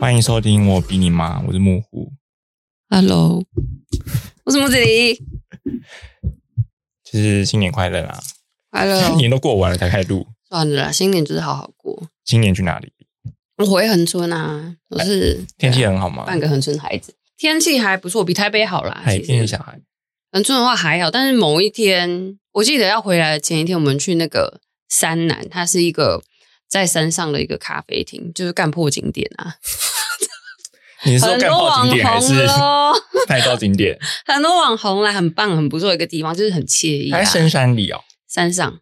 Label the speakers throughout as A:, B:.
A: 欢迎收听我比你妈，我是木虎。
B: Hello，我是木子李。
A: 就是新年快乐啦！
B: Hello，
A: 年都过完了才开始录，
B: 算了啦，新年就是好好过。
A: 新年去哪里？
B: 我回恒春啊，我是
A: 哎天气很好吗？
B: 半个恒春孩子，天气还不错，比台北好啦。
A: 海
B: 其
A: 边
B: 实
A: 的小孩，
B: 恒春的话还好，但是某一天，我记得要回来的前一天，我们去那个山南，它是一个在山上的一个咖啡厅，就是干破景点啊，
A: 你是说
B: 很
A: 干
B: 多
A: 泡
B: 网
A: 景点还
B: 红
A: 是
B: 咯，
A: 拍照景点？
B: 很多网红啦，很棒，很不错的一个地方，就是很惬意啊
A: 还，在深山里哦。
B: 山上。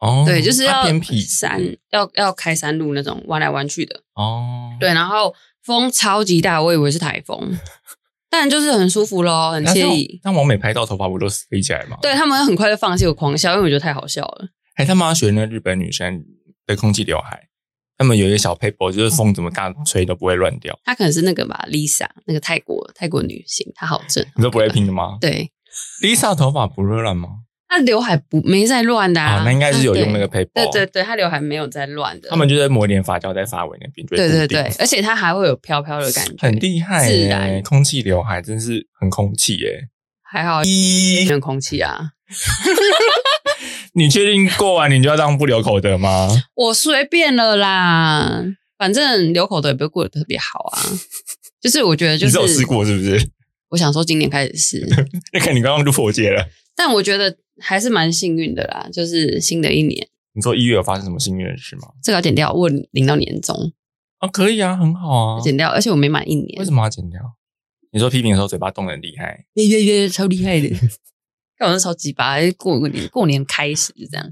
A: 哦，
B: 对，就是
A: 它
B: 要
A: 偏僻
B: 山，要要开山路那种弯来弯去的。
A: 哦。，
B: 对，然后风超级大，我以为是台风， 但就是很舒服咯，很惬意。
A: 那王美拍照头发不都飞起来吗？，
B: 对他们很快就放弃我狂笑，因为我觉得太好笑了。
A: 还他妈学那日本女生的空气刘海，他们有一个小 paper，就是风怎么大吹都不会乱掉。
B: 她可能是那个吧，Lisa 那个泰国泰国女星，她好正。
A: 你都不会拼的吗
B: 对，
A: ？Lisa 头发不会乱吗？
B: 她刘海不没在乱的啊，
A: 啊，那应该是有用那个
B: 对。
A: paper。
B: 对对对，她刘海没有在乱的。
A: 他们就在抹一点发胶在发尾那边，就会
B: 对对
A: 固定
B: 对，而且她还会有飘飘的感觉，
A: 很厉害、
B: 自
A: 耶！
B: 然
A: 空气刘海真是很空气耶、
B: 还好没有空气啊。
A: 你确定过完年就要当不留口德吗？
B: 我随便了啦，反正流口的也不会过得特别好啊。就是我觉 得就
A: 你是有
B: 是
A: 试，过是不是？
B: 我想说今年开始试，
A: 那看你刚刚就破戒了。
B: 但我觉得还是蛮幸运的啦。就是新的一年，
A: 你说一月有发生什么幸运的事吗？
B: 这个要减掉，我领到年终
A: 啊，可以啊，很好啊。
B: 减掉，而且我没满一年
A: 为，什么要剪掉？你说批评的时候嘴巴动得很厉害，
B: 耶耶耶，超厉害的，干我那超级巴，过过年过年开始就这样，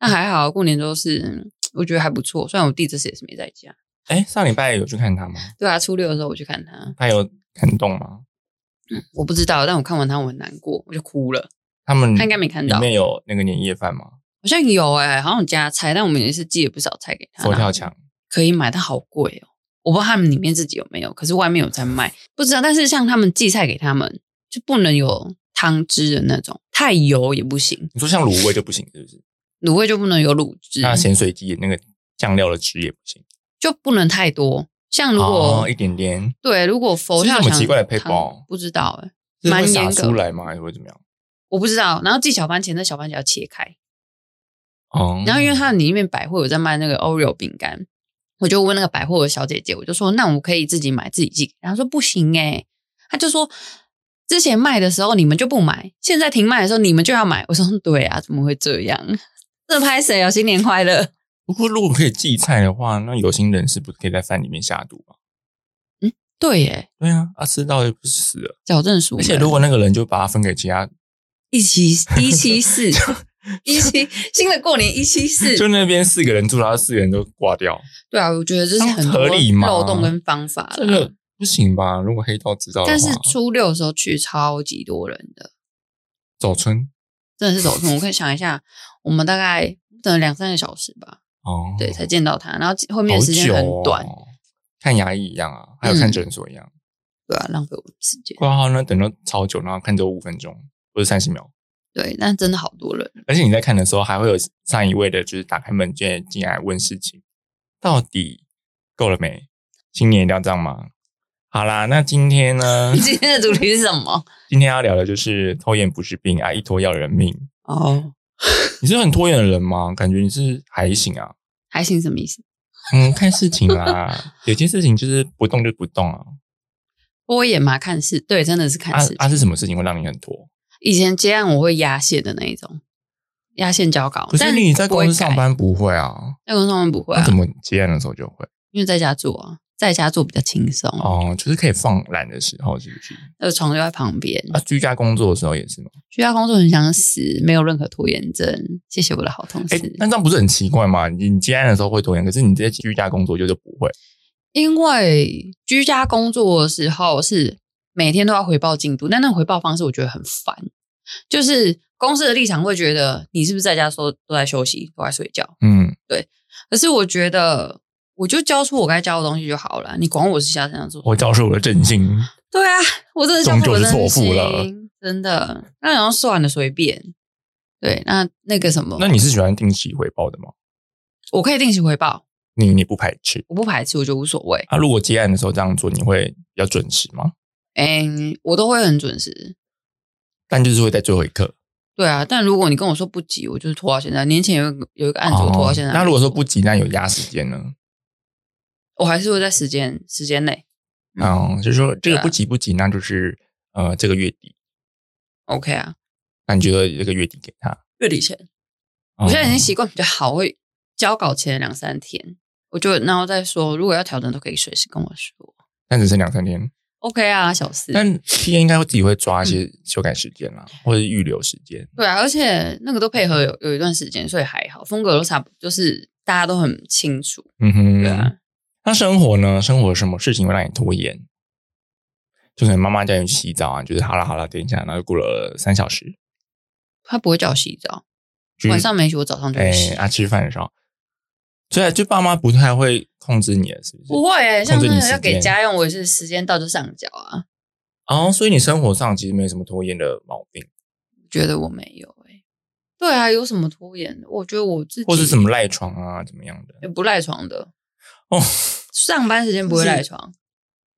B: 那还好，过年都是我觉得还不错，虽然我弟这次也是没在家。
A: 哎，上礼拜有去看他吗？
B: 对啊，初六的时候我去看他，
A: 他有感动吗？
B: 我不知道，但我看完他我很难过，我就哭了。
A: 他们
B: 他应该没看到
A: 里面有那个年夜饭吗？
B: 好像有哎、好像有加菜，但我们也是寄了不少菜给他。
A: 佛跳墙，
B: 可以买，但好贵哦。我不知道他们里面自己有没有，可是外面有在卖，不知道。但是像他们寄菜给他们，就不能有汤汁的那种，太油也不行，
A: 你说像卤味就不行，是不是？
B: 卤味就不能有卤汁，
A: 那咸水鸡那个酱料的汁也不行，
B: 就不能太多。像如果、
A: 哦一点点，
B: 对，如果佛跳
A: 是什
B: 墙
A: 么奇怪的配
B: 汤
A: 包
B: 不知道哎、
A: 是会
B: 蛮
A: 洒
B: 严格
A: 出来吗？还是会怎么样？
B: 我不知道。然后寄小番茄，那小番茄要切开，
A: 哦，
B: 然后因为它里面百货有在卖那个 Oreo 饼干，我就问那个百货的小姐姐，我就说那我可以自己买自己寄给她，然后说不行诶、她就说之前卖的时候你们就不买，现在停卖的时候你们就要买。我说对啊，怎么会这样？ 这拍谁啊？新年快乐！
A: 不过如果可以寄菜的话，那有心人士不是可以在饭里面下毒吗？
B: 对耶，
A: 对啊，啊吃到又不是死了。
B: 矫正署
A: 而
B: 门，
A: 且如果那个人就把它分给其他，
B: 一七一七四一七新的过年一七四，
A: 就那边四个人住，然后四个人都挂掉，
B: 对啊，我觉得这是很
A: 合
B: 多
A: 理吗
B: 漏洞跟方法啦
A: 这个不行吧？如果黑道知道的话，
B: 但是初六的时候去超级多人的，
A: 走村
B: 真的是走村。我可以想一下，我们大概等了两三个小时吧，
A: 哦，
B: 对，才见到他。然后后
A: 好
B: 面的时间
A: 久
B: 很
A: 哦
B: 短，，
A: 看牙医一样啊，还有看诊所一样，
B: 对啊，浪费我的时间。
A: 挂号呢等到超久，然后看只有五分钟或者三十秒，
B: 对，但真的好 多人，？
A: 而且你在看的时候还会有上一位的，就是打开门进进来问事情，到底够了没？新年一定要这样吗？好啦，那今天呢
B: 今天的主题是什么？
A: 今天要聊的就是拖延不是病啊，一拖要人命。
B: 哦，
A: 你是很拖延的人吗？感觉你是还行啊，
B: 还行，什么意思？
A: 嗯，看事情啦，有些事情就是不动就不动啊。
B: 拖延嘛，看事，对，真的是看
A: 啊
B: 事情。
A: 啊，是什么事情会让你很拖？
B: 以前接案我会压线的那一种，压线交稿。
A: 可是
B: 但
A: 你在公司上
B: 不会改，
A: 班不会啊？
B: 在公司上班不会
A: 那
B: 啊
A: 怎，么接案的时候就会？
B: 因为在家做啊，在家做比较轻松，
A: 哦，就是可以放懒的时候，是不是？
B: 呃，床就在旁边。
A: 啊，居家工作的时候也是吗？
B: 居家工作很想死，没有任何拖延症。谢谢我的好同
A: 哎、
B: 事。
A: 那这样不是很奇怪吗？你你接案的时候会拖延，可是你这些居家工作就是不会。
B: 因为居家工作的时候是每天都要回报进度，但那回报方式我觉得很烦。就是公司的立场会觉得你是不是在家的时候都在休息，都在睡觉？
A: 嗯，
B: 可是我觉得我就交出我该交的东西就好了，你管我是下这样做？
A: 我交出我的真心。
B: 对啊，我真的
C: 终究
B: 我
C: 是
B: 真
C: 错
B: 心
C: 付了，
B: 真的。那然后算了，随便。对，那那个什么，
A: 那你是喜欢定期回报的吗？
B: 我可以定期回报，
A: 你你不排斥？
B: 我不排斥，我觉得无所谓。
A: 啊，如果接案的时候这样做，你会比较准时吗？
B: 嗯，我都会很准时。
A: 但就是会在最后一刻
B: 对啊，但如果你跟我说不急，我就是拖到现在。年前有一个有一个案子我拖到现在
A: 哦
B: 没做，
A: 那如果说不急，那有压时间呢？
B: 我还是会在时间时间内。嗯
A: 嗯，就是说这
B: 对
A: 个
B: 啊
A: 不急不急，那就是呃这个月底，
B: OK 啊，
A: 那你觉得这个月底给他？嗯
B: 月底前，我现在已
A: 哦
B: 经习惯比较好，会交稿前两三天，我就然后再说，如果要调整都可以随时跟我说。
A: 但只剩两三天，
B: OK 啊，小四。
A: 但 T A 应该会自己会抓一些
B: 嗯
A: 修改时间啦，或者预留时间。
B: 对啊，而且那个都配合有有一段时间，所以还好，风格都差不，就是大家都很清楚。
A: 嗯哼，
B: 对啊，
A: 那生活呢？生活有什么事情会让你拖延？就是妈妈叫你去洗澡啊，就是好了好了，等一下，然后就过了三小时。
B: 他不会叫我洗澡，
A: 去
B: 晚上没洗，我早上就
A: 哎
B: 会洗。
A: 啊，吃饭的时候，所以就爸妈不太会控制你了，是不是？
B: 不会、欸，像
A: 控制你
B: 那
A: 时
B: 个
A: 间
B: 要给家用，我也是时间到就上缴啊。
A: 哦，所以你生活上其实没什么拖延的毛病，
B: 觉得我没有哎、对啊，有什么拖延的？我觉得我自己
A: 或是什么赖床啊，怎么样的？
B: 也不赖床的，
A: 哦，
B: 上班时间不会赖床。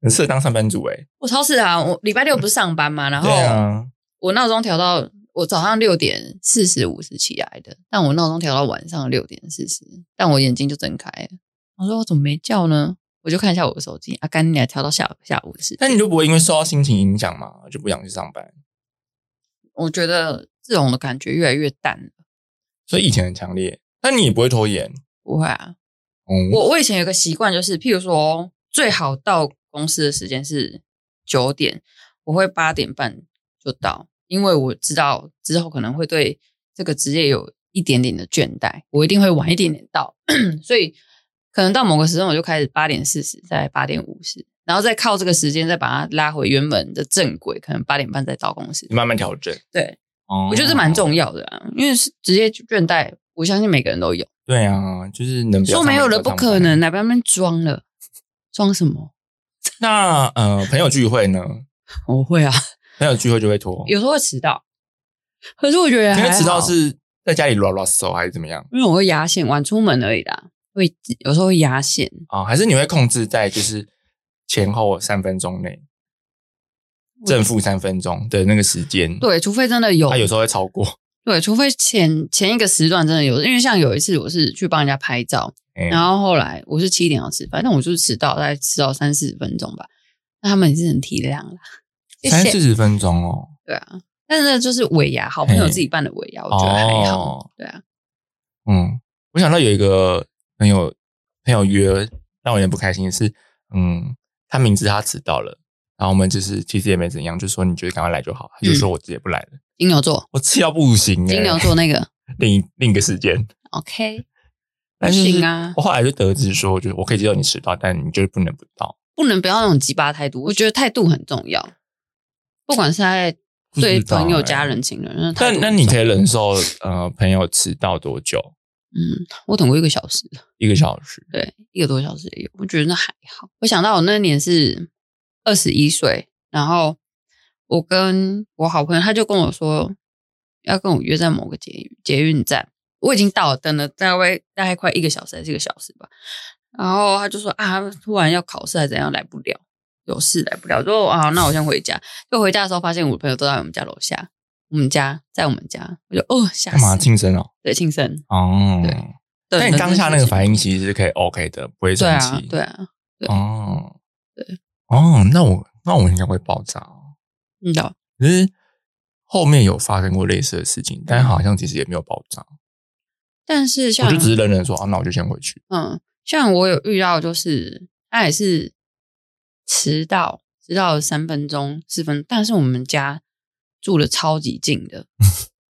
A: 很适合当上班族哎、
B: 我超市啊，我礼拜六不是上班嘛，然后
A: 对啊，
B: 我闹钟调到我早上六点四十五十起来的，但我闹钟调到晚上六点四十，但我眼睛就睁开了。我说我怎么没叫呢？我就看一下我的手机，啊，赶紧来调到下下午的事。
A: 但你就不会因为受到心情影响嘛，就不想去上班。
B: 我觉得这种的感觉越来越淡了。
A: 所以以前很强烈，但你也不会拖延。
B: 不会啊，
A: 嗯，
B: 我我以前有个习惯，就是譬如说，最好到公司的时间是九点，我会八点半就到，因为我知道之后可能会对这个职业有一点点的倦怠，我一定会晚一点点到， 所以可能到某个时间我就开始八点四十，再八点五十，然后再靠这个时间再把它拉回原本的正轨，可能八点半再到公司。
A: 慢慢调整。
B: 对，
A: 哦
B: 我觉得这蛮。重要的、啊，因为是职业倦怠，我相信每个人都有。
A: 对啊，就是能不要
B: 说
A: 上班
B: 没有
A: 就
B: 了
A: 要
B: 不
A: 上
B: 可
A: 班。
B: 能，哪边那边装了，装什么？
A: 那呃，朋友聚会呢？
B: 我会啊，
A: 朋友聚会就会拖，
B: 有时候会迟到，可是我觉得
A: 因
B: 还
A: 为
B: 好
A: 迟到是在家里拉拉手还是怎么样
B: 因为我会压线，晚出门而已啦，会有时候会压线，
A: 啊、还是你会控制在就是前后三分钟内，正负三分钟的那个时间？，
B: 对，除非真的有，
A: 他有时候会超过。
B: 对，除非前前一个时段真的有，因为像有一次我是去帮人家拍照，
A: 哎
B: 然后后来我是七点要吃饭，但我就是迟到，大概迟到三四十分钟吧，那他们也是很体谅啦，谢
A: 三四
B: 谢，
A: 十分钟哦，
B: 对啊，但是那就是尾牙，好朋友
A: 嘿
B: 自己办的尾牙，我觉得还好，
A: 哦
B: 对啊，
A: 嗯，我想到有一个朋友朋友约，让我有点不开心的是，嗯，他明知他迟到了，然后我们就是其实也没怎样，就说你就赶快来就好，他就说我自己也不来了，
B: 金牛座，
A: 我气到不行、欸，
B: 嗯金牛座那个。
A: 另一另一个时间，
B: OK，不
A: 但是
B: 行啊
A: 我后来就得知说，就是我可以接受你迟到，但你就是不能不到，
B: 不能不要那种鸡巴态度。我觉得态度很重要，不管是在对
A: 不知道
B: 朋友、
A: 欸
B: 家人、情人，那态
A: 但
B: 度
A: 那
B: 很
A: 你
B: 重
A: 可以
B: 要
A: 忍受呃朋友迟到多久？
B: 嗯，我等过一个小时，
A: 一个小时？
B: 对，一个多小时也有，我觉得那还好。我想到我那年是二十一岁，然后我跟我好朋友，他就跟我说要跟我约在某个捷运捷运站，我已经到了，等了大概大概快一个小时还是一个小时吧。然后他就说啊，突然要考试还怎样，来不了，有事来不了。我说啊，那我先回家。就回家的时候发现我的朋友都在我们家楼下，我们家在我们家，我就哦吓
A: 干嘛
B: 死，
A: 庆生哦？
B: 对，庆生。
A: 哦，
B: 对对
A: 但你当下那个反应其
B: 实
A: 实是可以 OK 的，不会
B: 对
A: 生
B: 啊
A: 气。，
B: 对啊，对
A: 哦，
B: 对，
A: 哦，那我那我应该会爆炸哦。
B: 你知道。
A: 可是后面有发生过类似的事情，
B: 嗯
A: 但好像其实也没有爆炸，
B: 但是像
A: 我就只是冷冷说啊，那我就先回去。
B: 嗯，像我有遇到，就是他也是迟到，迟到了三分钟、四分，但是我们家住的超级 近的，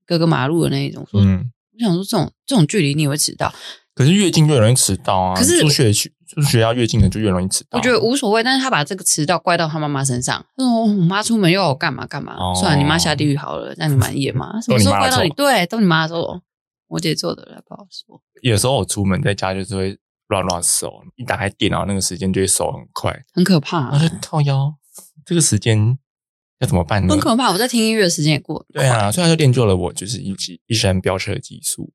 B: 隔个马路的那一种。说
A: 嗯，哦
B: 我想说这种这种距离你也会迟到，
A: 可是越近就容易迟到啊。
B: 可是
A: 住学区住学校越近的就越容易迟到。
B: 我觉得无所谓。但是他把这个迟到怪到他妈妈身上，他说哦我妈出门又要我干嘛干嘛，
A: 哦
B: 算了，你妈下地狱好了，让你满意 嘛。什么
A: 都你
B: 时候
A: 妈
B: 怪
A: 的
B: 到你？
A: 错
B: 对，都你妈说，摩羯座的了，不好说。
A: 有时候我出门在家就是会乱乱手，一打开电脑那个时间就会手很快，
B: 很可怕、
A: 啊然后就靠腰。这个时间要怎么办呢
B: 很？可怕。我在听音乐的时间也过得
A: 对
B: 快，
A: 啊，所以他就练就了我就是一级一身飙车技术。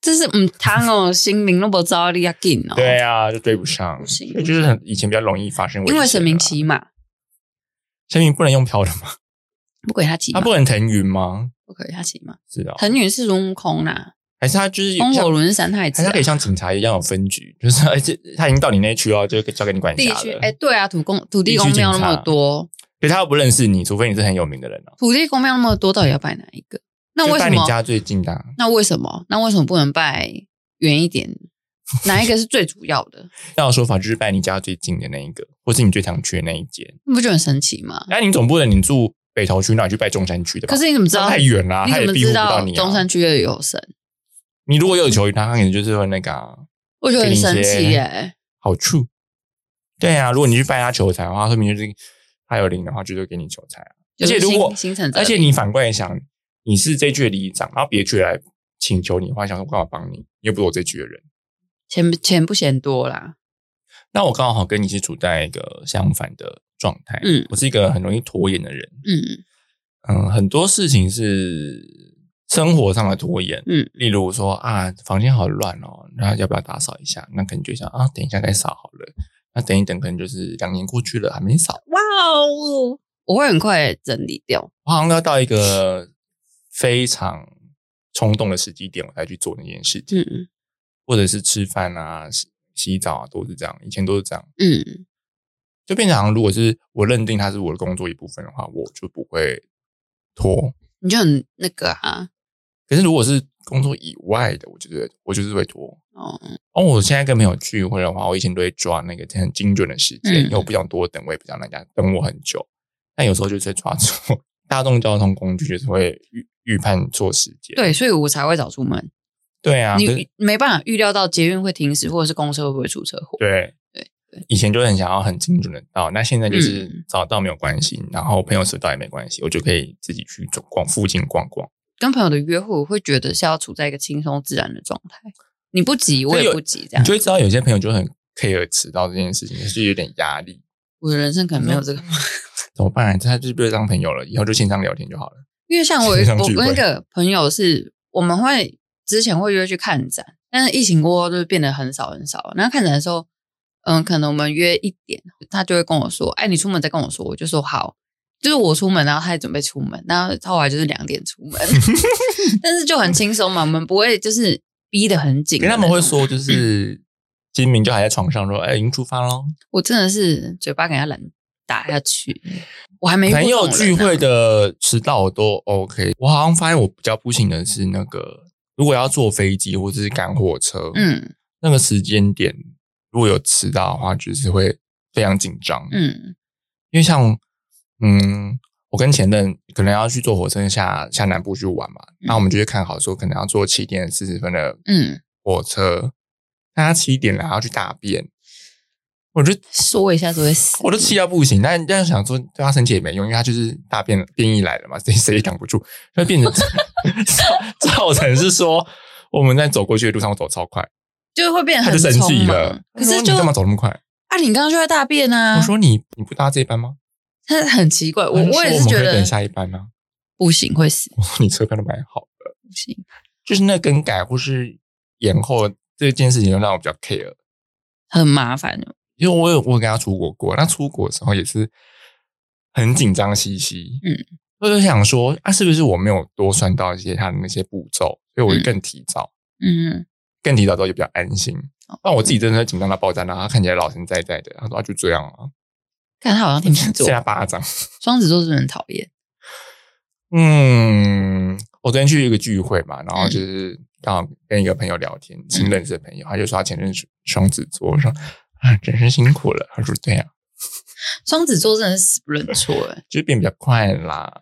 B: 这是嗯，他哦，心灵那么糟力要紧哦，
A: 对，啊，就追不上，
B: 不行
A: 所以就是很以前比较容易发生危险
B: 因
A: 啦。
B: 为神明骑马，
A: 神明不能用飘 的吗？
B: 不给他骑
A: 他
B: 马，
A: 啊不能腾云吗？
B: 不给他骑马。
A: 是啊，
B: 腾云是孙悟空啦，
A: 还是他就是有
B: 风火
A: 像
B: 轮是三太子
A: 还是
B: 啊
A: 他可以像警察一样有分局，就是而且他已经到你那区了，就交给你管
B: 地
A: 辖
B: 区
A: 了。
B: 哎，对啊，土公土
A: 地
B: 地
A: 区
B: 公庙那
A: 警
B: 么
A: 察
B: 多，
A: 对他又不认识你，除非你是很有名的人啊。
B: 土地公庙那么多，到底要拜哪一个？那为
A: 就
B: 什
A: 在你
B: 么？
A: 家最近的啊、
B: 那为什么？那为什么不能拜远 一点？哪一个是最主要的？
A: 那种说法就是拜你家最近的那一个，或是你最常去的那一间。哎
B: 你不觉得很神奇 吗？
A: 那你总不能你住北投区，那你去拜中山区的吧？
B: 嗯可是你怎么知道？
A: 太远啦、
B: 你
A: 他
B: 怎
A: 也
B: 么
A: 庇护
B: 知
A: 不到
B: 道
A: 你、啊。
B: 中山区的有神？
A: 你如果有求于他，他可能就是会那个啊、
B: 我觉得很
A: 给你一
B: 神
A: 些
B: 奇耶、
A: 好处。对啊，如果你去拜他求财的话，他说明就是他有灵的话，就会给你求财啊。
B: 就是
A: 而且如
B: 心
A: 果
B: 心诚则
A: 而且
B: 灵
A: 你反过来想，你是这句的里长，然后别句来请求你的话，想说我干嘛帮你？你又不是我这句的人。
B: 钱钱不嫌多啦，
A: 那我刚好跟你是处在一个相反的状态。
B: 嗯
A: 我是一个很容易拖延的人。
B: 嗯，
A: 嗯，很多事情是生活上的拖延。
B: 嗯，
A: 例如说啊，房间好乱哦，那要不要打扫一下？那可能就想啊，等一下再扫好了。那等一等，可能就是两年过去了还没扫，
B: 哇哦，我会很快整理掉，
A: 我好像要到一个非常冲动的时机点，我才去做那件事情。
B: 嗯
A: 或者是吃饭啊、洗洗澡啊，都是这样。以前都是这样，
B: 嗯，
A: 就变成好像如果是我认定它是我的工作一部分的话，我就不会拖。
B: 你就很那个啊，
A: 可是如果是工作以外的，我就是我就是会拖。
B: 哦，
A: 哦，我现在跟朋友聚会的话，我以前都会抓那个很精准的时间，
B: 嗯
A: 因为我不想多等，我也不想让人家等我很久。但有时候就是会抓错， 大众交通工具就是会预预判错时间。
B: 对，所以我才会早出门，
A: 对啊，可是
B: 你没办法预料到捷运会停驶，或者是公车会不会出车祸，
A: 对
B: 对对
A: 以前就很想要很精准的到，那现在就是
B: 嗯
A: 找到没有关系，然后朋友迟到也没关系，我就可以自己去走逛附近逛逛。
B: 跟朋友的约会，我会觉得是要处在一个轻松自然的状态，你不急，我
A: 就
B: 也
A: 有
B: 不急，
A: 你
B: 这样
A: 就，会知道有些朋友就很 care 迟到这件事情，就是有点压力，
B: 我的人生可能没有这个。
A: 怎么办？他就是不会当朋友了，以后就线上聊天就好了。
B: 因为像我有
A: 线上
B: 我
A: 聚会
B: 那个朋友是，我们会之前会约去看展，但是疫情过后就变得很少很少了。然后看展的时候，嗯，可能我们约一点，他就会跟我说：“哎，你出门再跟我说。”我就说好，就是我出门，然后他也准备出门，然后后来就是两点出门， 但是就很轻松嘛，我们不会就是逼得很紧。
A: 跟他们会，说，
B: 嗯
A: 就是金明就还在床上说：“哎、已经出发喽。
B: 我真的是嘴巴给他懒打下去，我还”没遇过
A: 朋友
B: 这种
A: 聚
B: 人啊
A: 会的迟到我都 OK。我好像发现我比较不行的是那个，如果要坐飞机或者是赶火车，，
B: 嗯
A: 那个时间点如果有迟到的话，就是会非常紧张。，
B: 嗯
A: 因为像嗯，我跟前任可能要去坐火车下下南部去玩嘛，那我们就会看好说可能要坐七点四十分的
B: 嗯，
A: 火车，那他七点了还要去大便，我就
B: 说一下就会死。
A: 我都气到不行，但但是想说对他生气也没用，因为他就是大便便意来了嘛，谁谁也挡不住，就变成 造造成是说我们在走过去的路上我走超快，
B: 就会变得
A: 他
B: 很
A: 就生
B: 匆
A: 气
B: 忙。
A: 了，
B: 可
A: 他
B: 是
A: 说
B: 就
A: 你干嘛走那么快？
B: 啊，你刚刚就在大便啊！
A: 我说你你不搭这一班吗？
B: 他很奇怪，我
A: 他就说
B: 我也
A: 们
B: 是觉
A: 可以
B: 得
A: 等下一班啊，
B: 不行会死，
A: 我说你车票都买好了。
B: 不行。
A: 就是那更改或是延后这件事情，就让我比较 care。
B: 很麻烦，哦
A: 因为我有我有跟他出国过，那出国的时候也是很紧张兮兮，
B: 嗯，
A: 我就想说啊，是不是我没有多算到一些他的那些步骤，所以我就
B: 嗯
A: 更提早，
B: 嗯，
A: 更提早之后就比较安心
B: 哦。
A: 但我自己真的紧张到爆炸，然后他看起来老神在在的，他说啊就这样啊，
B: 看他好像挺星
A: 给
B: 座，
A: 他巴掌。
B: 双子座是不是很讨厌？
A: 嗯，我昨天去一个聚会嘛，然
B: 嗯
A: 后就是刚好跟一个朋友聊天，新认识的朋友，他就说他前任是双子座，我说啊，真是辛苦了。他说对啊，
B: 双子座真的是死不认错， 哎，
A: 就是变比较快啦，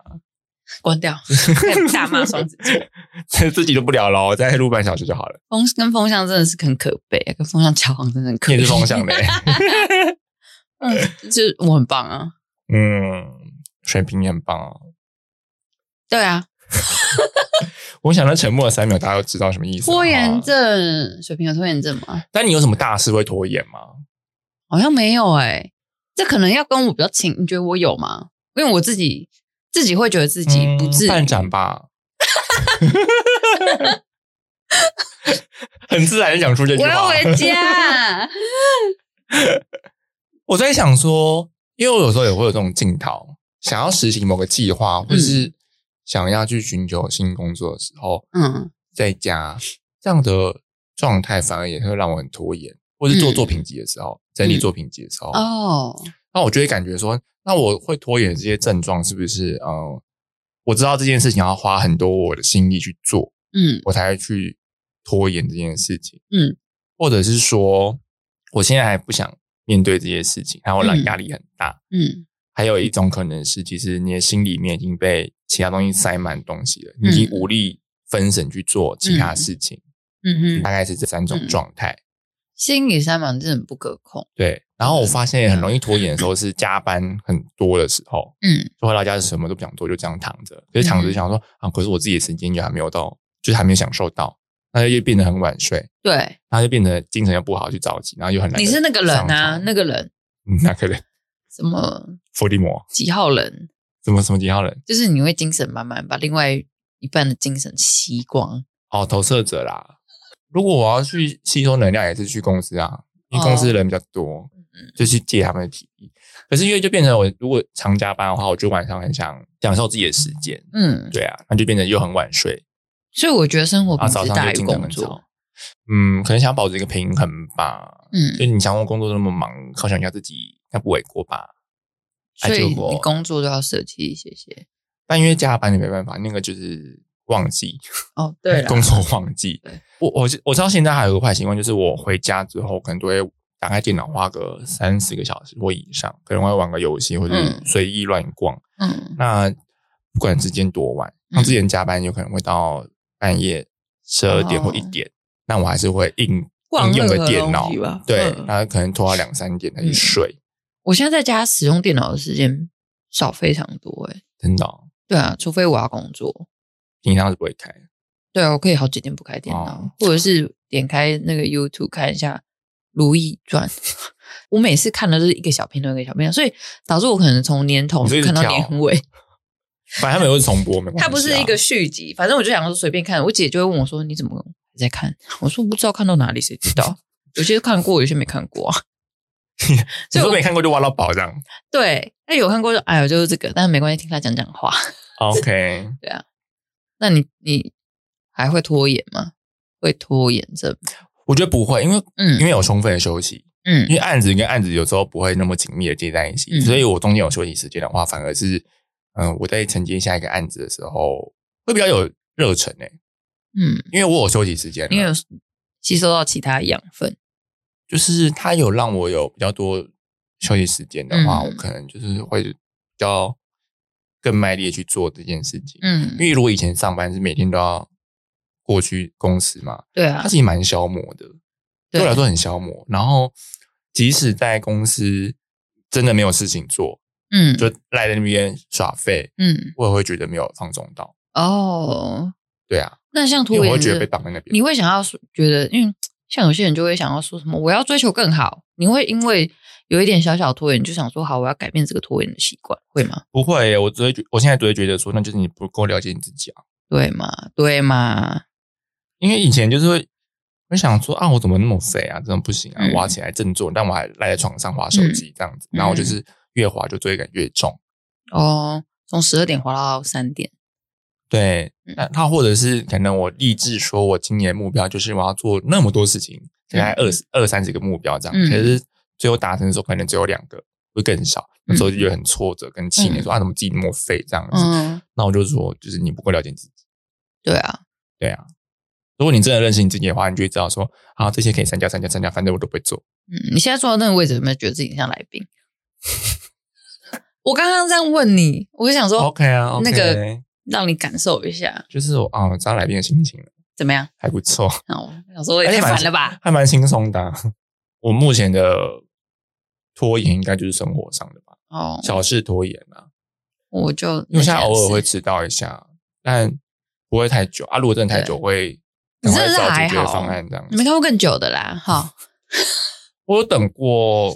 B: 关掉，开始大骂双子 座。
A: 自己都不聊了，我再录半小时就好了。
B: 风跟风向真的是很可悲，啊跟风向交往真的很可
A: 你
B: 悲。
A: 也是风向 的欸、
B: 嗯，就是我很棒啊，
A: 嗯，水平也很棒哦。
B: 对啊，
A: 我想到沉默了三秒，大家都知道什么啊意思。
B: 拖延。症，水瓶有拖延症吗？
A: 但你有什么大事会拖延吗？
B: 好像没有哎、这可能要跟我比较亲，你觉得我有吗？因为我自己自己会觉得自己不至于、
A: 半嗯展吧， 很自然的讲出这句
B: 我要
A: 话。
B: 回家。
A: 我在想说，因为我有时候也会有这种镜头，想要实行某个计划，或是想要去寻求新工作的时候，
B: 嗯，
A: 在家这样的状态，反而也会让我很拖延，或是做
B: 嗯
A: 作品集的时候，整理
B: 嗯
A: 作品集的时候，
B: 哦，
A: 那我就会感觉说，那我会拖延的这些症状是不是？呃，我知道这件事情要花很多我的心力去做，
B: 嗯
A: 我才会去拖延这件事情。
B: 嗯，
A: 或者是说，我现在还不想面对这些事情，然后让
B: 嗯
A: 压力很大。
B: 嗯
A: 还有一种可能是，其实你的心里面已经被其他东西塞满东西了，你已经无力分神去做其他事情，
B: 嗯
A: 大
B: 哼，
A: 概是这三种状态。
B: 心理三满真的很不可控。
A: 对，然后我发现很容易拖延的时候是加班很多的时候，
B: 嗯
A: 就回到家什么都不想做，就这样躺着，就是躺着就想说啊，可是我自己的时间也还没有到，就是还没有享受到，那就变得很晚睡，，
B: 对，
A: 然后就变得精神又不好，去早起，然后又很嗯难。
B: 你是那个人啊，那
A: 个
B: 个人
A: 哪个人？
B: 什么
A: 伏地魔？
B: 几号人？
A: 什么什么几号人？
B: 就是你会精神满满，把另外一半的精神吸光。
A: 哦，投射者啦。如果我要去吸收能量，也是去公司啊，因为公
B: 哦
A: 司人比较多，
B: 嗯
A: 就去借他们的体力。可是因为就变成我如果常加班的话，我就晚上很想享受自己的时间，
B: 嗯，
A: 对啊，那就变成又很晚睡，
B: 所以我觉得生活
A: 然
B: 品
A: 后啊早
B: 质
A: 上
B: 大
A: 就
B: 于
A: 精神
B: 工
A: 很
B: 作
A: 糟。。嗯，可能想保持一个平衡吧。
B: 嗯
A: 就，你想我工作那么忙，犒赏一下自己，那不为过吧？啊
B: 所以
A: 结果
B: 你工作都要舍弃一些些。
A: 但因为加班也没办法，那个就是忘记。
B: 哦，对了，
A: 哎工作忘记
B: 对。
A: 我我我知道现在还有个坏习惯，就是我回家之后可能都会打开电脑花个三四个小时或以上，可能会玩个游戏或者
B: 嗯
A: 随意乱逛。
B: 嗯
A: 那不管时间多晚，像之前加班有可能会到半夜十二点
B: 哦
A: 或一点，那我还是会硬
B: 逛
A: 硬用
B: 任
A: 个
B: 何
A: 电脑
B: 东西吧，
A: 对
B: 嗯，
A: 然后可能拖到两三点才去
B: 嗯
A: 睡，
B: 我现在在家使用电脑的时间少非常多、欸，
A: 真的哦。
B: 对啊，除非我要工作，
A: 平常是不会开，
B: 对啊，我可以好几天不开电脑，
A: 哦
B: 或者是点开那个 YouTube 看一下《如懿传》。我每次看的都是一个小片段，一个小片段，所以导致我可能从年头
A: 你就一直
B: 看到
A: 跳
B: 年尾。
A: 反正他们有重播，没关系、啊。
B: 它不是一个续集，反正我就想说随便看。我姐就会问我说：“你怎么还在看？”我说：“我不知道看到哪里，谁知道？有些看过，有些没看过啊。
A: 你
B: 所以
A: 说
B: 我
A: 没看过就挖到宝这样。”
B: 对，那有看过就哎呦，就是这个，但是没关系，听她讲讲话。
A: OK，
B: 那你你还会拖延吗？会拖延症？
A: 我觉得不会，因为
B: 嗯
A: 因为有充分的休息，
B: 嗯
A: 因为案子跟案子有时候不会那么紧密的接在一起，
B: 嗯
A: 所以我中间有休息时间的话，反而是嗯、呃我在承接下一个案子的时候会比较有热忱诶、
B: 嗯，
A: 因为我有休息时间
B: 因为
A: 了，
B: 有吸收到其他养分。
A: 就是他有让我有比较多休息时间的话，
B: 嗯
A: 我可能就是会比较更卖力的去做这件事情。
B: 嗯
A: 因，为如果以前上班是每天都要过去公司嘛，
B: 对
A: 它
B: 啊，
A: 其实蛮消磨的，对我来说很消磨。然后即使在公司真的没有事情做，
B: 嗯
A: 就赖在那边耍废，
B: 嗯
A: 我也会觉得没有放松到。
B: 哦，
A: 对啊，
B: 那像拖
A: 因为
B: 延
A: 我会
B: 症，
A: 觉得被绑在那边。
B: 你会想要说，觉得，因为像有些人就会想要说什么，我要追求更好。你会因为有一点小小拖延，就想说，好，我要改变这个拖延的习惯，会吗？
A: 不会耶，我只会觉，我现在只会觉得说，那就是你不够了解你自己啊。
B: 对吗？对吗？
A: 因为以前就是会会想说啊，我怎么那么废啊，真的不行啊，
B: 嗯
A: 我要起来振作，但我还赖在床上划手机这样子，
B: 嗯
A: 然后我就是越划就罪感越重。
B: 哦，从十二点滑到三点，
A: 对
B: 嗯，
A: 那他或者是可能我立志说，我今年目标就是我要做那么多事情，大概二十二三十个目标这样，
B: 嗯
A: 可是最后达成的时候可能只有两个，会更少，那时候就觉得很挫折跟气馁，
B: 嗯
A: 说啊怎么自己那么废这样子？
B: 嗯，
A: 那我就说，就是你不够了解自己，
B: 对啊，
A: 对啊。如果你真的认识你自己的话，你就会知道说啊，这些可以三加三加三加，反正我都不会做。
B: 嗯，你现在坐到那个位置，有没有觉得自己像来宾？我刚刚这样问你，我就想说
A: OK 啊，OK
B: 哦那个让你感受一下，
A: 就是我啊，我知道来宾的心情了，
B: 怎么样？
A: 还不错，
B: 那我想说，也
A: 而且
B: 太
A: 蛮
B: 烦了吧？
A: 还蛮轻松的啊、 我目前的拖延应该就是生活上的吧。
B: 哦，
A: 小事拖延啊，
B: 我就
A: 因为我现在
B: 那件
A: 偶尔会
B: 事，
A: 迟到一下，但不会太久啊。如果真的太久，会
B: 你
A: 赶快
B: 真的是
A: 找
B: 还
A: 解决
B: 好，
A: 方案这样
B: 你没
A: 子。
B: 看过更久的啦，哈。
A: 我有等过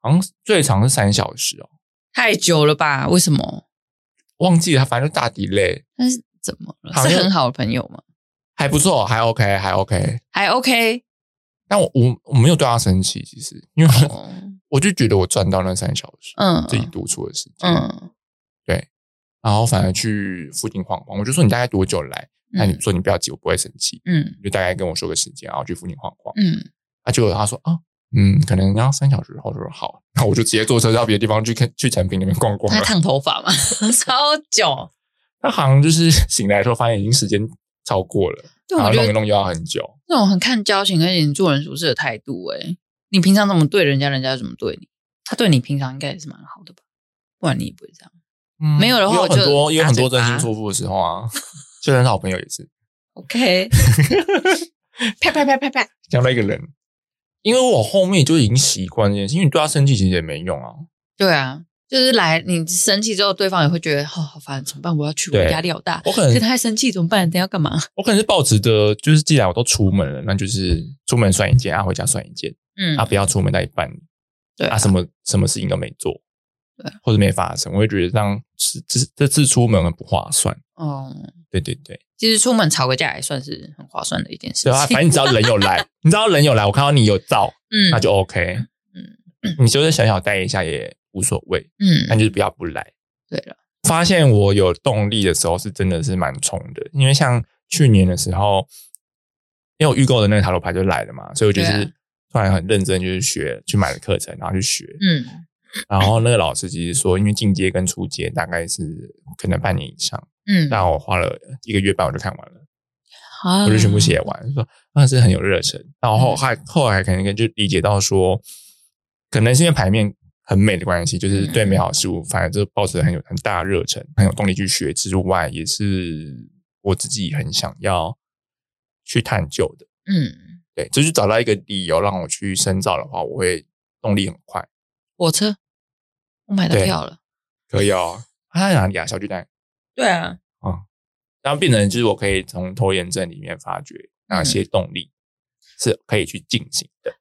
A: 好像最长是三小时哦，
B: 太久了吧？为什么？
A: 忘记了，反正就大 delay，
B: 但是怎么了？
A: 好像
B: 是很好的朋友吗？
A: 还不错，还 OK，还 OK。
B: 还 OK
A: 但我我我没有对他生气，其实因为
B: 哦，
A: 我就觉得我赚到那三小时
B: 嗯
A: 自己独处的时间，
B: 嗯
A: 然后反而去附近晃晃。我就说你大概多久来？那你
B: 嗯
A: 说你不要急，我不会生气，
B: 嗯
A: 你就大概跟我说个时间，然后去附近晃晃。
B: 嗯，
A: 啊，结果他说啊，嗯，可能要三小时后。我说好，那我就直接坐车到别的地方去看去成品那边逛逛
B: 他
A: 了。
B: 烫头发嘛， 超久。
A: 他好像就是 醒来的时候发现已经时间超过了，
B: 对，
A: 然后
B: 我觉
A: 弄一
B: 得
A: 弄又要很久。
B: 那种很看交情，而且你做人处事的态度、欸，你平常怎么对人家，人家就怎么对你。他对你平常应该也是蛮好的吧？不然你也不会这样。
A: 嗯
B: 没有的话
A: 也有
B: 我就
A: 很多也有
B: 打
A: 很多
B: 嘴
A: 真
B: 巴
A: 心错付的时候啊， 就很好朋友也是
B: OK，啪啪啪啪啪，
A: 讲到一个人，因为我后面就已经习惯这件事，因为你对他生气其实也没用啊。
B: 对啊，就是来你生气之后，对方也会觉得哦好烦，怎么办？我要去，我
A: 对嗯
B: 压力好大。
A: 我可
B: 可
A: 能
B: 是他还生气怎么办？等一下要干嘛？
A: 我可能是抱持的，就是既然我都出门了，那就是出门算一件，啊回家算一件，
B: 嗯
A: 啊不要出门到一半，
B: 对
A: 啊什么什么事情都没做，
B: 对，啊
A: 或者没发生，我会觉得这样这这这次出门很不划算。
B: 哦，
A: 对对对，
B: 其实出门吵个架也算是很划算的一件事
A: 对啊，
B: 情。
A: 反正你只要人有 来，你知道人有来，我看到你有到，
B: 嗯，
A: 那就 OK。
B: 嗯
A: 你就是小小待一下也无所谓，但
B: 嗯，
A: 就是不要不来。
B: 对了，
A: 发现我有动力的时候，是真的是蛮冲的，因为像去年的时候，因为我预购的那个塔罗牌就来了嘛，所以我就
B: 对
A: 是
B: 啊
A: 突然很认真，就是学去买了课程，然后去学。
B: 嗯
A: 然后那个老师其实说，因为进阶跟初阶大概是可能半年以上，
B: 嗯，
A: 那我花了一个月半我就看完了，
B: 啊
A: 我就全部写完，就说那是很有热忱。然后后来后来可能就理解到说，可能是因为牌面很美的关系，就是对美好事物，反正就抱持很有很大的热忱，很有动力去学之外，也是我自己很想要去探究的。
B: 嗯
A: 对，就是找到一个理由让我去深造的话，我会动力很快。
B: 火车，我买到
A: 对
B: 票了。
A: 可以哦，啊，哪里啊？小巨蛋。
B: 对啊，
A: 然后变成就是我可以从拖延症里面发掘哪些动力是可以去进行的。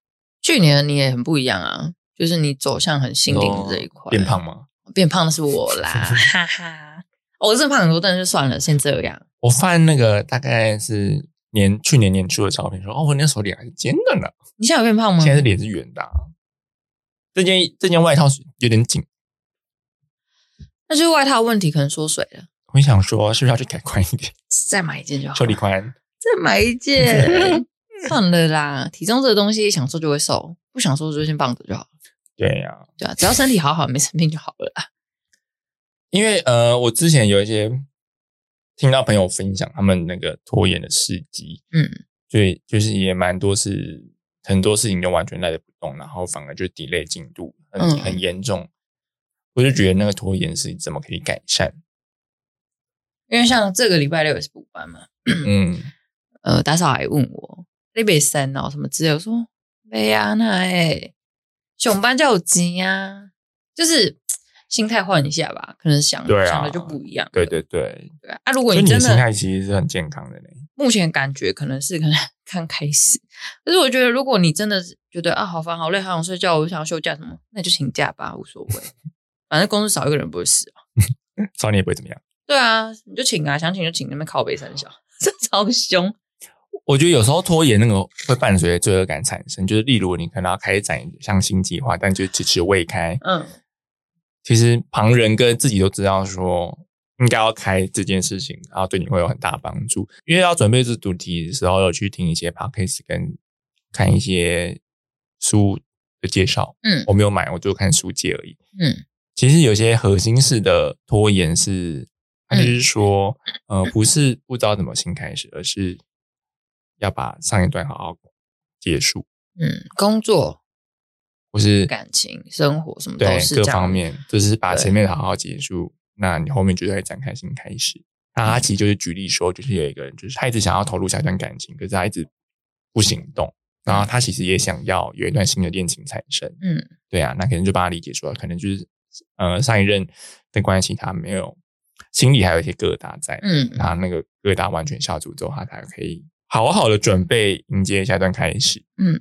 B: 去年你也很不一样啊，就是你走向很心灵
A: 哦
B: 这一块，
A: 变，胖吗？
B: 变胖的是我 啦，哈哈。哦我真的胖很多，但是算了，先这样。
A: 我翻那个大概是年去年年初的照片说，哦，我那时候脸还是尖的呢，
B: 你现在有变胖吗？
A: 现在是脸是圆的啊、这件这件外套是有点紧，
B: 那就是外套的问题，可能缩水了，
A: 我想说是不是要去改宽一点，
B: 再买一件就好
A: 修理
B: 了。
A: 宽？
B: 再买 一件，算了啦。体重这个东西，想瘦就会瘦，不想瘦就先放着就好了。
A: 对呀、
B: 对啊，只要身体好好，没生病就好了啦。
A: 因为呃，我之前有一些听到朋友分享他们那个拖延的事迹，
B: 嗯
A: 所以就是也蛮多是很多事情就完全赖着不动，然后反而就 delay 进度很、
B: 嗯
A: 很严重。我就觉得那个拖延是怎么可以改善？
B: 因为像这个礼拜六也是补班嘛，
A: 嗯，
B: 呃，打扫还问我你北生哦什么之类的，我说没啊，那哎，上班叫有钱啊，就是心态换一下吧，可能想、
A: 对啊
B: 想的就不一样了。
A: 对对对，
B: 对啊，如果
A: 所以
B: 你
A: 你的
B: 真
A: 心
B: 的
A: 态其实是很健康的嘞。
B: 目前感觉可能是可能 刚开始，但是我觉得如果你真的觉得啊好烦好累好想睡觉，我想要休假什么，那就请假吧，无 所谓，反正公司少一个人不会死啊。
A: 少年也不会怎么样。
B: 对啊，你就请啊，想请就请，那边靠背三小， 这超凶。
A: 我觉得有时候拖延那个会伴随着罪恶感产生，就是例如你可能要开展一项新计划，但就迟迟未开。
B: 嗯，
A: 其实旁人跟自己都知道说应该要开这件事情，然后对你会有很大帮助。因为要准备这主题的时候，有去听一些 podcast 跟看一些书的介绍。
B: 嗯
A: 我没有买，我就看书借而已。
B: 嗯，
A: 其实有些核心式的拖延是，它
B: 嗯
A: 就是说，呃，不是不知道怎么新开始，而是要把上一段好好结束，
B: 嗯，工作、
A: 或是
B: 感情、生活什么都
A: 对
B: 是
A: 各
B: 这样
A: 方。面，就是把
B: 对
A: 前面好好结束，那你后面就会展开新开始。那他
B: 嗯
A: 其实就是举例说，就是有一个人，就是他一直想要投入下一段感情，可是他一直不行动，然后他其实也想要有一段新的恋情产生。
B: 嗯
A: 对啊，那可能就把他理解说，可能就是呃上一任的关系他没有心里还有一些疙瘩在，
B: 嗯
A: 那那个疙瘩完全消除之后，他才可以好好的准备迎接下一段开始。
B: 嗯，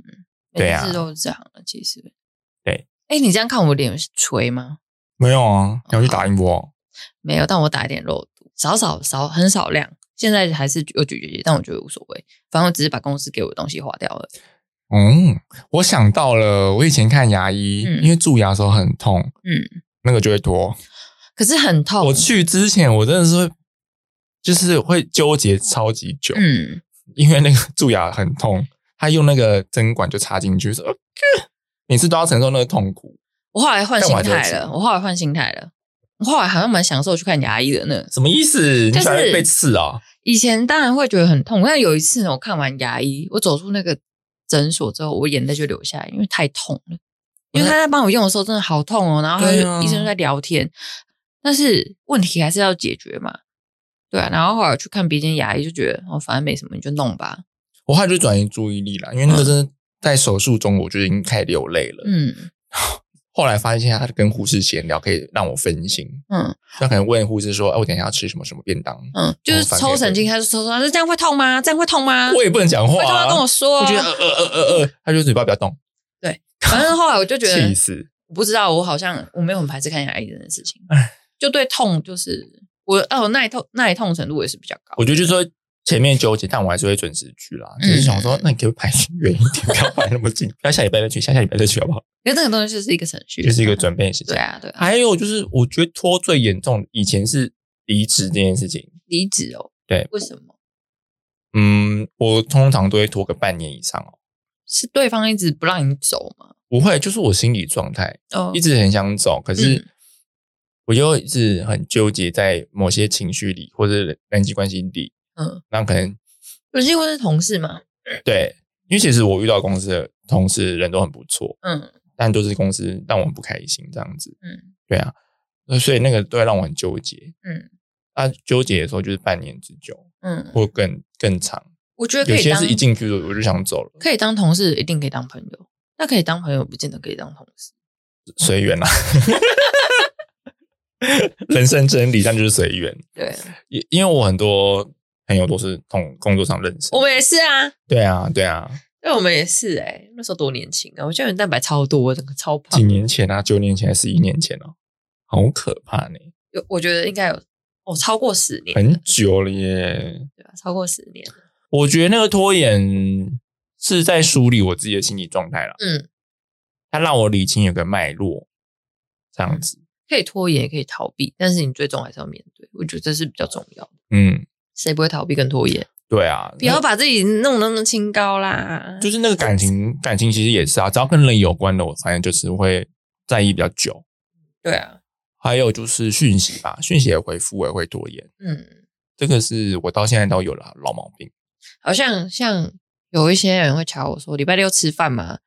A: 对啊
B: 每次都是这样的，其实。
A: 对，
B: 哎，你这样看我脸垂吗？
A: 没有啊，你要去打音波哦、
B: 没有，但我打一点肉毒，少少少，很少量。现在还是有咀嚼肌，但我觉得无所谓，反正我只是把公司给我的东西花掉了。
A: 嗯，我想到了，我以前看牙医，
B: 嗯
A: 因为蛀牙的时候很痛，
B: 嗯，哦
A: 那个就会脱。
B: 可是很痛。
A: 我去之前，我真的是会就是会纠结超级久，
B: 嗯，
A: 因为那个蛀牙很痛，他用那个针管就插进去，说、呃每次都要承受那个痛苦。
B: 我后来换心
A: 但我还
B: 态
A: 是会
B: 了，
A: 吃
B: 我后来换心态了。我后来好像蛮享受去看牙医的呢。
A: 什么意思？
B: 就
A: 你
B: 是
A: 反而被刺啊？
B: 以前当然会觉得很痛，但有一次呢，我看完牙医，我走出那个诊所之后，我眼泪就流下来，因为太痛了。因为他在帮我用的时候真的好痛哦，然后他
A: 嗯对
B: 就、
A: 啊
B: 医生就在聊天，但是问题还是要解决嘛，对啊。然后后来去看别间牙医，就觉得哦，反正没什么，你就弄吧。
A: 我后来就转移注意力了，因为那个真的在手术中，我就已经开始流泪了。
B: 嗯
A: 后来发现他跟护士闲聊可以让我分心，
B: 嗯
A: 那可能问护士说：“哎、我等一下要吃什么什么便当
B: 嗯，就是抽神经，他就抽说，他说这样会痛吗？这样会痛？”吗？
A: 我也不能讲话、
B: 会痛
A: 啊，
B: 要跟我说、
A: 我觉得呃呃呃呃呃，他就嘴巴不要动，
B: 反正后来我就觉得
A: 气死！
B: 我不知道，我好像我没有很排斥看牙医这件事情
A: 唉，
B: 就对痛就是我哦耐痛耐痛程度也是比较高
A: 我。觉得就是说前面纠结，但我还是会准时去啦。
B: 嗯
A: 只是想说，那你可以排远一点，不要排那么近， 不要下礼拜再去，下下礼拜再去好不好？
B: 因为这个东西就是一个程序，
A: 就是一个准备时
B: 对
A: 间。
B: 啊对啊，
A: 还有就是，我觉得拖最严重，以前是离职这件事情。
B: 离职哦，
A: 对
B: 为什么？
A: 嗯，我通常都会拖个半年以上哦。
B: 是对方一直不让你走吗？
A: 不会，就是我心理状态
B: 哦
A: 一，直很想走，可是
B: 嗯
A: 我又一直很纠结在某些情绪里，或者人际关系里。
B: 嗯，
A: 那可能
B: 有些会是同事吗？
A: 对，因为其实我遇到公司的同事人都很不错，
B: 嗯
A: 但都是公司让我很不开心这样子。
B: 嗯
A: 对啊，呃所以那个都会让我很纠结。
B: 嗯
A: 啊，纠结的时候就是半年之久，
B: 嗯，
A: 或更更长。
B: 我觉得
A: 有
B: 可以
A: 些
B: 当
A: 是一进去我就想走了，
B: 可以当同事，一定可以当朋友。那可以当朋友，不见得可以当同事。
A: 随缘啦。啊 人生真理，但就是随缘。
B: 对，啊
A: 因因为我很多朋友都是同工作上认识的，
B: 我们也是啊，
A: 对啊，对啊，
B: 对，我们也是哎、那时候多年轻啊！我胶原蛋白超多，我整个超胖
A: 几。年前啊，九年前还是一年前哦、好可怕呢、
B: 有，我觉得应该有哦，超过十年，
A: 很久了耶。
B: 对吧、超过十年。
A: 我觉得那个拖延是在梳理我自己的心理状态啦，
B: 嗯，
A: 它让我理清有个脉络，这样子。
B: 可以拖延，也可以逃避，但是你最终还是要面对。我觉得这是比较重要的。
A: 嗯，
B: 谁不会逃避跟拖延？
A: 对啊，
B: 不要把自己弄得那么清高啦
A: 那。就是那个感情，感情其实也是啊，只要跟人有关的，我发现就是会在意比较久。
B: 对啊，
A: 还有就是讯息吧，讯息的回复我也会拖延，
B: 嗯，
A: 这个是我到现在都有了老毛病。
B: 好像像有一些人会瞧我说礼拜六吃饭嘛，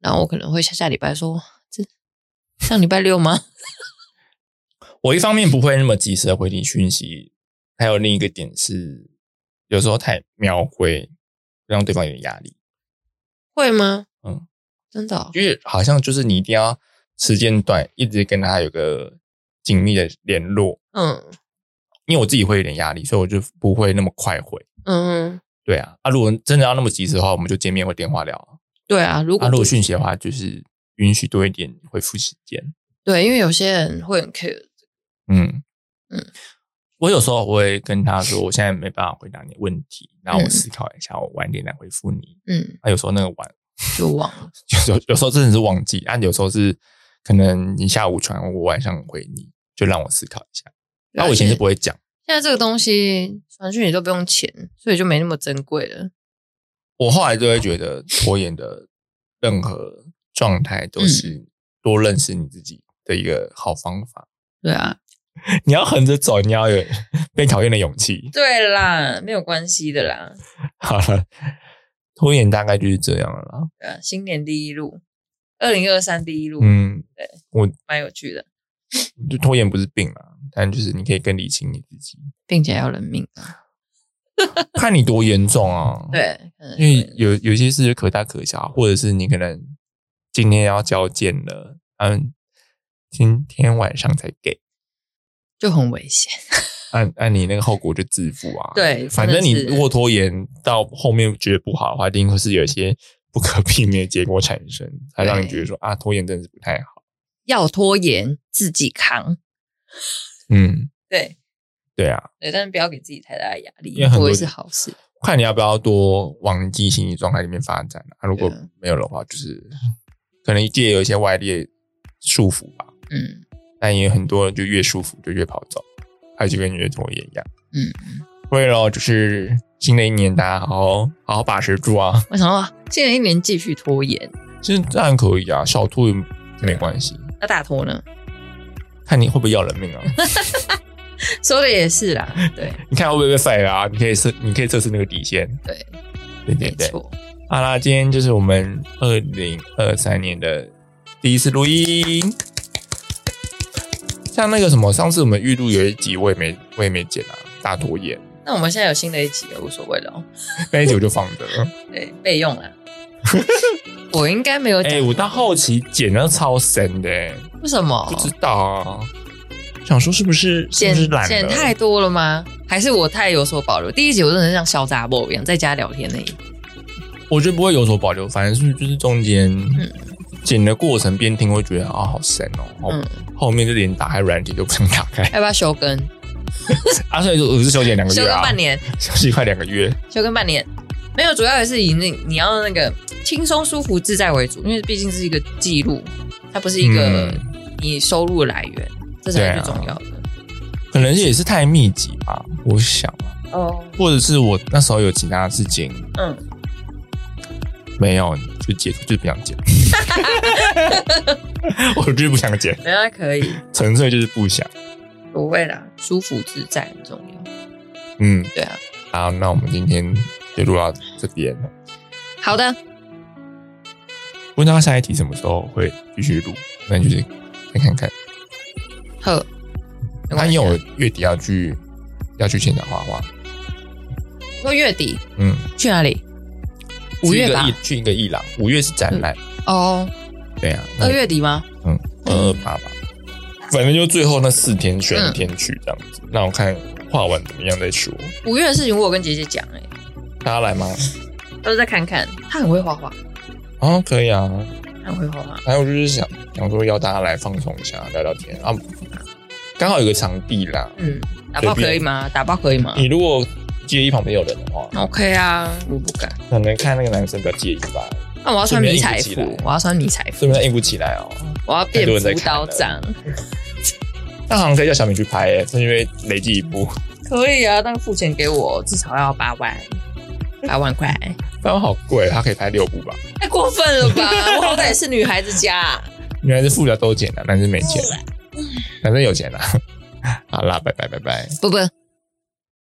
B: 然后我可能会下下礼拜说这上礼拜六吗？
A: 我一方面不会那么及时的回你讯息，还有另一个点是，有时候太秒回，让对方有点压力，
B: 会吗？
A: 嗯，
B: 真的哦、
A: 因为好像就是你一定要时间段一直跟他有个紧密的联络，
B: 嗯
A: 因为我自己会有点压力，所以我就不会那么快回。
B: 嗯，
A: 对啊，啊，如果真的要那么及时的话，我们就见面或电话聊啊。
B: 对啊，如果
A: 啊，如
B: 不
A: 果讯息的话，就是允许多一点回复时间。
B: 对，因为有些人会很 care
A: 嗯
B: 嗯
A: 嗯，我有时候我会跟他说，我现在没办法回答你的问题，然后我思考一下，我晚点来回复你。
B: 嗯，
A: 啊，有时候那个晚，
B: 就忘 了。
A: 有时候有时候真的是忘记，啊，有时候是可能你下午传我，晚上回你，就让我思考一下。那、啊我以前是不会讲，
B: 现在这个东西传讯你都不用钱，所以就没那么珍贵了。
A: 我后来就会觉得拖延的任何状态都是多认识你自己的一个好方法。
B: 对啊，
A: 你要横着走，你要有 被讨厌的勇气。
B: 对啦，没有关系的啦。
A: 好了，拖延大概就是这样了啦。
B: 对啊，新年第一路，二零二三第一路，
A: 嗯，
B: 蛮有趣的，
A: 就拖延不是病啦，但就是你可以更理清你自己，
B: 并且要人命啊。
A: 看你多严重 啊。，
B: 对，可能
A: 因为有有些事可大可小，啊或者是你可能今天要交件了，嗯，今天晚上才给。
B: 就很危险。
A: 按按你那个后果就自负啊。
B: 对
A: 反
B: 真的
A: 正你
B: 是
A: 如果拖延到后面觉得不好的话，一定会是有一些不可避免的结果产生，才让你
B: 对
A: 觉得说啊，拖延真的是不太好。
B: 要拖延自己扛。
A: 嗯，
B: 对
A: 对啊，
B: 对，但是不要给自己太大的压力
A: 因为，很
D: 不
A: 多
D: 会是好事。
A: 看你要不要多往你自己心理状态里面发展啊。如果
B: 对啊
A: 没有的话，就是可能借有一些外力束缚吧，
B: 嗯
A: 但也有很多人就越束缚就越跑走，还有就跟你的拖延一样。
B: 嗯，
A: 为了就是新的一年，大家好好好好把持住啊，
B: 我想说，新的一年继续拖延，
A: 其实当然可以啊，小拖也没关系，
B: 那大拖呢？
A: 看你会不会要人命啊。
B: 说的也是啦，对
A: 你看会不会被废啦、你可以测，你可以测试那个底线。
B: 对，
A: 对 对
B: 没
A: 对。
B: 错，
A: 好啦，今天就是我们二零二三年的第一次录音。像那个什么，上次我们预录有一集我也没我也没剪啊，大拖延
B: 那我们现在有新的一集了，无所谓了哦。
A: 那一集我就放 着。
B: 对，备用 啦。我应该没有
A: 哎、
B: 讲，
A: 我到后期剪的超神的、哎
B: 为什么
A: 不知道啊，想说是不是是
B: 哦剪
A: 不是懒
B: 剪
A: 了？
B: 太多了吗？还是我太有所保留？第一集我真的像小杂货一样在家聊天而已。
A: 我觉得不会有所保留，反正是就是中间
B: 嗯
A: 剪的过程边听会觉得啊好神哦，好
B: 嗯，
A: 后面就连打开软体都不想打开。
B: 要不要休更？
A: 啊，所以我是休息两个
B: 休
A: 月
B: 更
A: 啊，
B: 半年，
A: 休息快两个月。
B: 休更半年。没有，主要还是以那你要那个轻松、舒服、自在为主，因为毕竟是一个记录，它不是一个你收入的来源，这才
A: 嗯对
B: 是最
A: 啊
B: 重要的。
A: 可能也是太密集吧，我想啊，
B: 哦，
A: 或者是我那时候有其他事情
B: 嗯，
A: 没有就结束，就是不 想剪，我就是不想剪，
B: 原来可以，
A: 纯粹就是不想。
B: 不会啦，舒服自在很重要。
A: 嗯，
B: 对啊，
A: 好，那我们今天就录到这边了，
B: 好的，
A: 不知道下一题什么时候会继续录，那就是再看看。
B: 呵，没
A: 他
B: 关系
A: 因
B: 啊
A: 为我月底要去要去现场画画，
B: 说月底
A: 嗯，
B: 去哪里？五
A: 去一
B: 月
A: 个
B: 吧
A: 艺。去一个艺廊，五月是展览，
B: 哦，
A: 对啊，那
B: 二月底吗？
A: 嗯，二二八吧，反正就最后那四天选一天去这样子，那我看画完怎么样再说。
B: 五月的事情我有跟姐姐讲哎、
A: 大家来吗？
B: 到时候再看看。她很会画画，
A: 啊，可以啊。
B: 她很会画画。
A: 还有就是想想说要大家来放松一下，聊聊天啊。刚好有个场地啦，
B: 嗯，打包
A: 随便
B: 可以嗯吗？打包可以吗
A: 你如果介意旁边有人的话，
B: ？OK 啊，我不敢。
A: 可能看那个男生比较介意吧，
B: 那我要穿迷彩
A: 顺便硬
B: 服
A: 不起，来
B: 我要穿迷彩服，
A: 顺便应付起来哦。
B: 我要变
A: 太多人在
B: 辅
A: 看
B: 导
A: 了
B: 长。
A: 那好像可以叫小米去拍耶，是因为累积一部，
B: 可以啊，但付钱给我至少要八万，八万块，
A: 不然好贵，他可以拍六部吧？
B: 太过分了吧？我好歹也是女孩子家、
A: 原来是 富家都有钱的、男生没钱，男生有钱啦、好啦，拜拜拜拜。
B: 不不，